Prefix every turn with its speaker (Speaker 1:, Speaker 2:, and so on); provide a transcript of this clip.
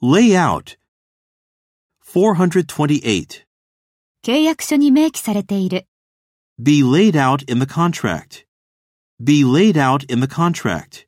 Speaker 1: Lay out. 428.
Speaker 2: 契約書に明記されている。
Speaker 1: Be laid out in the contract. Be laid out in the contract.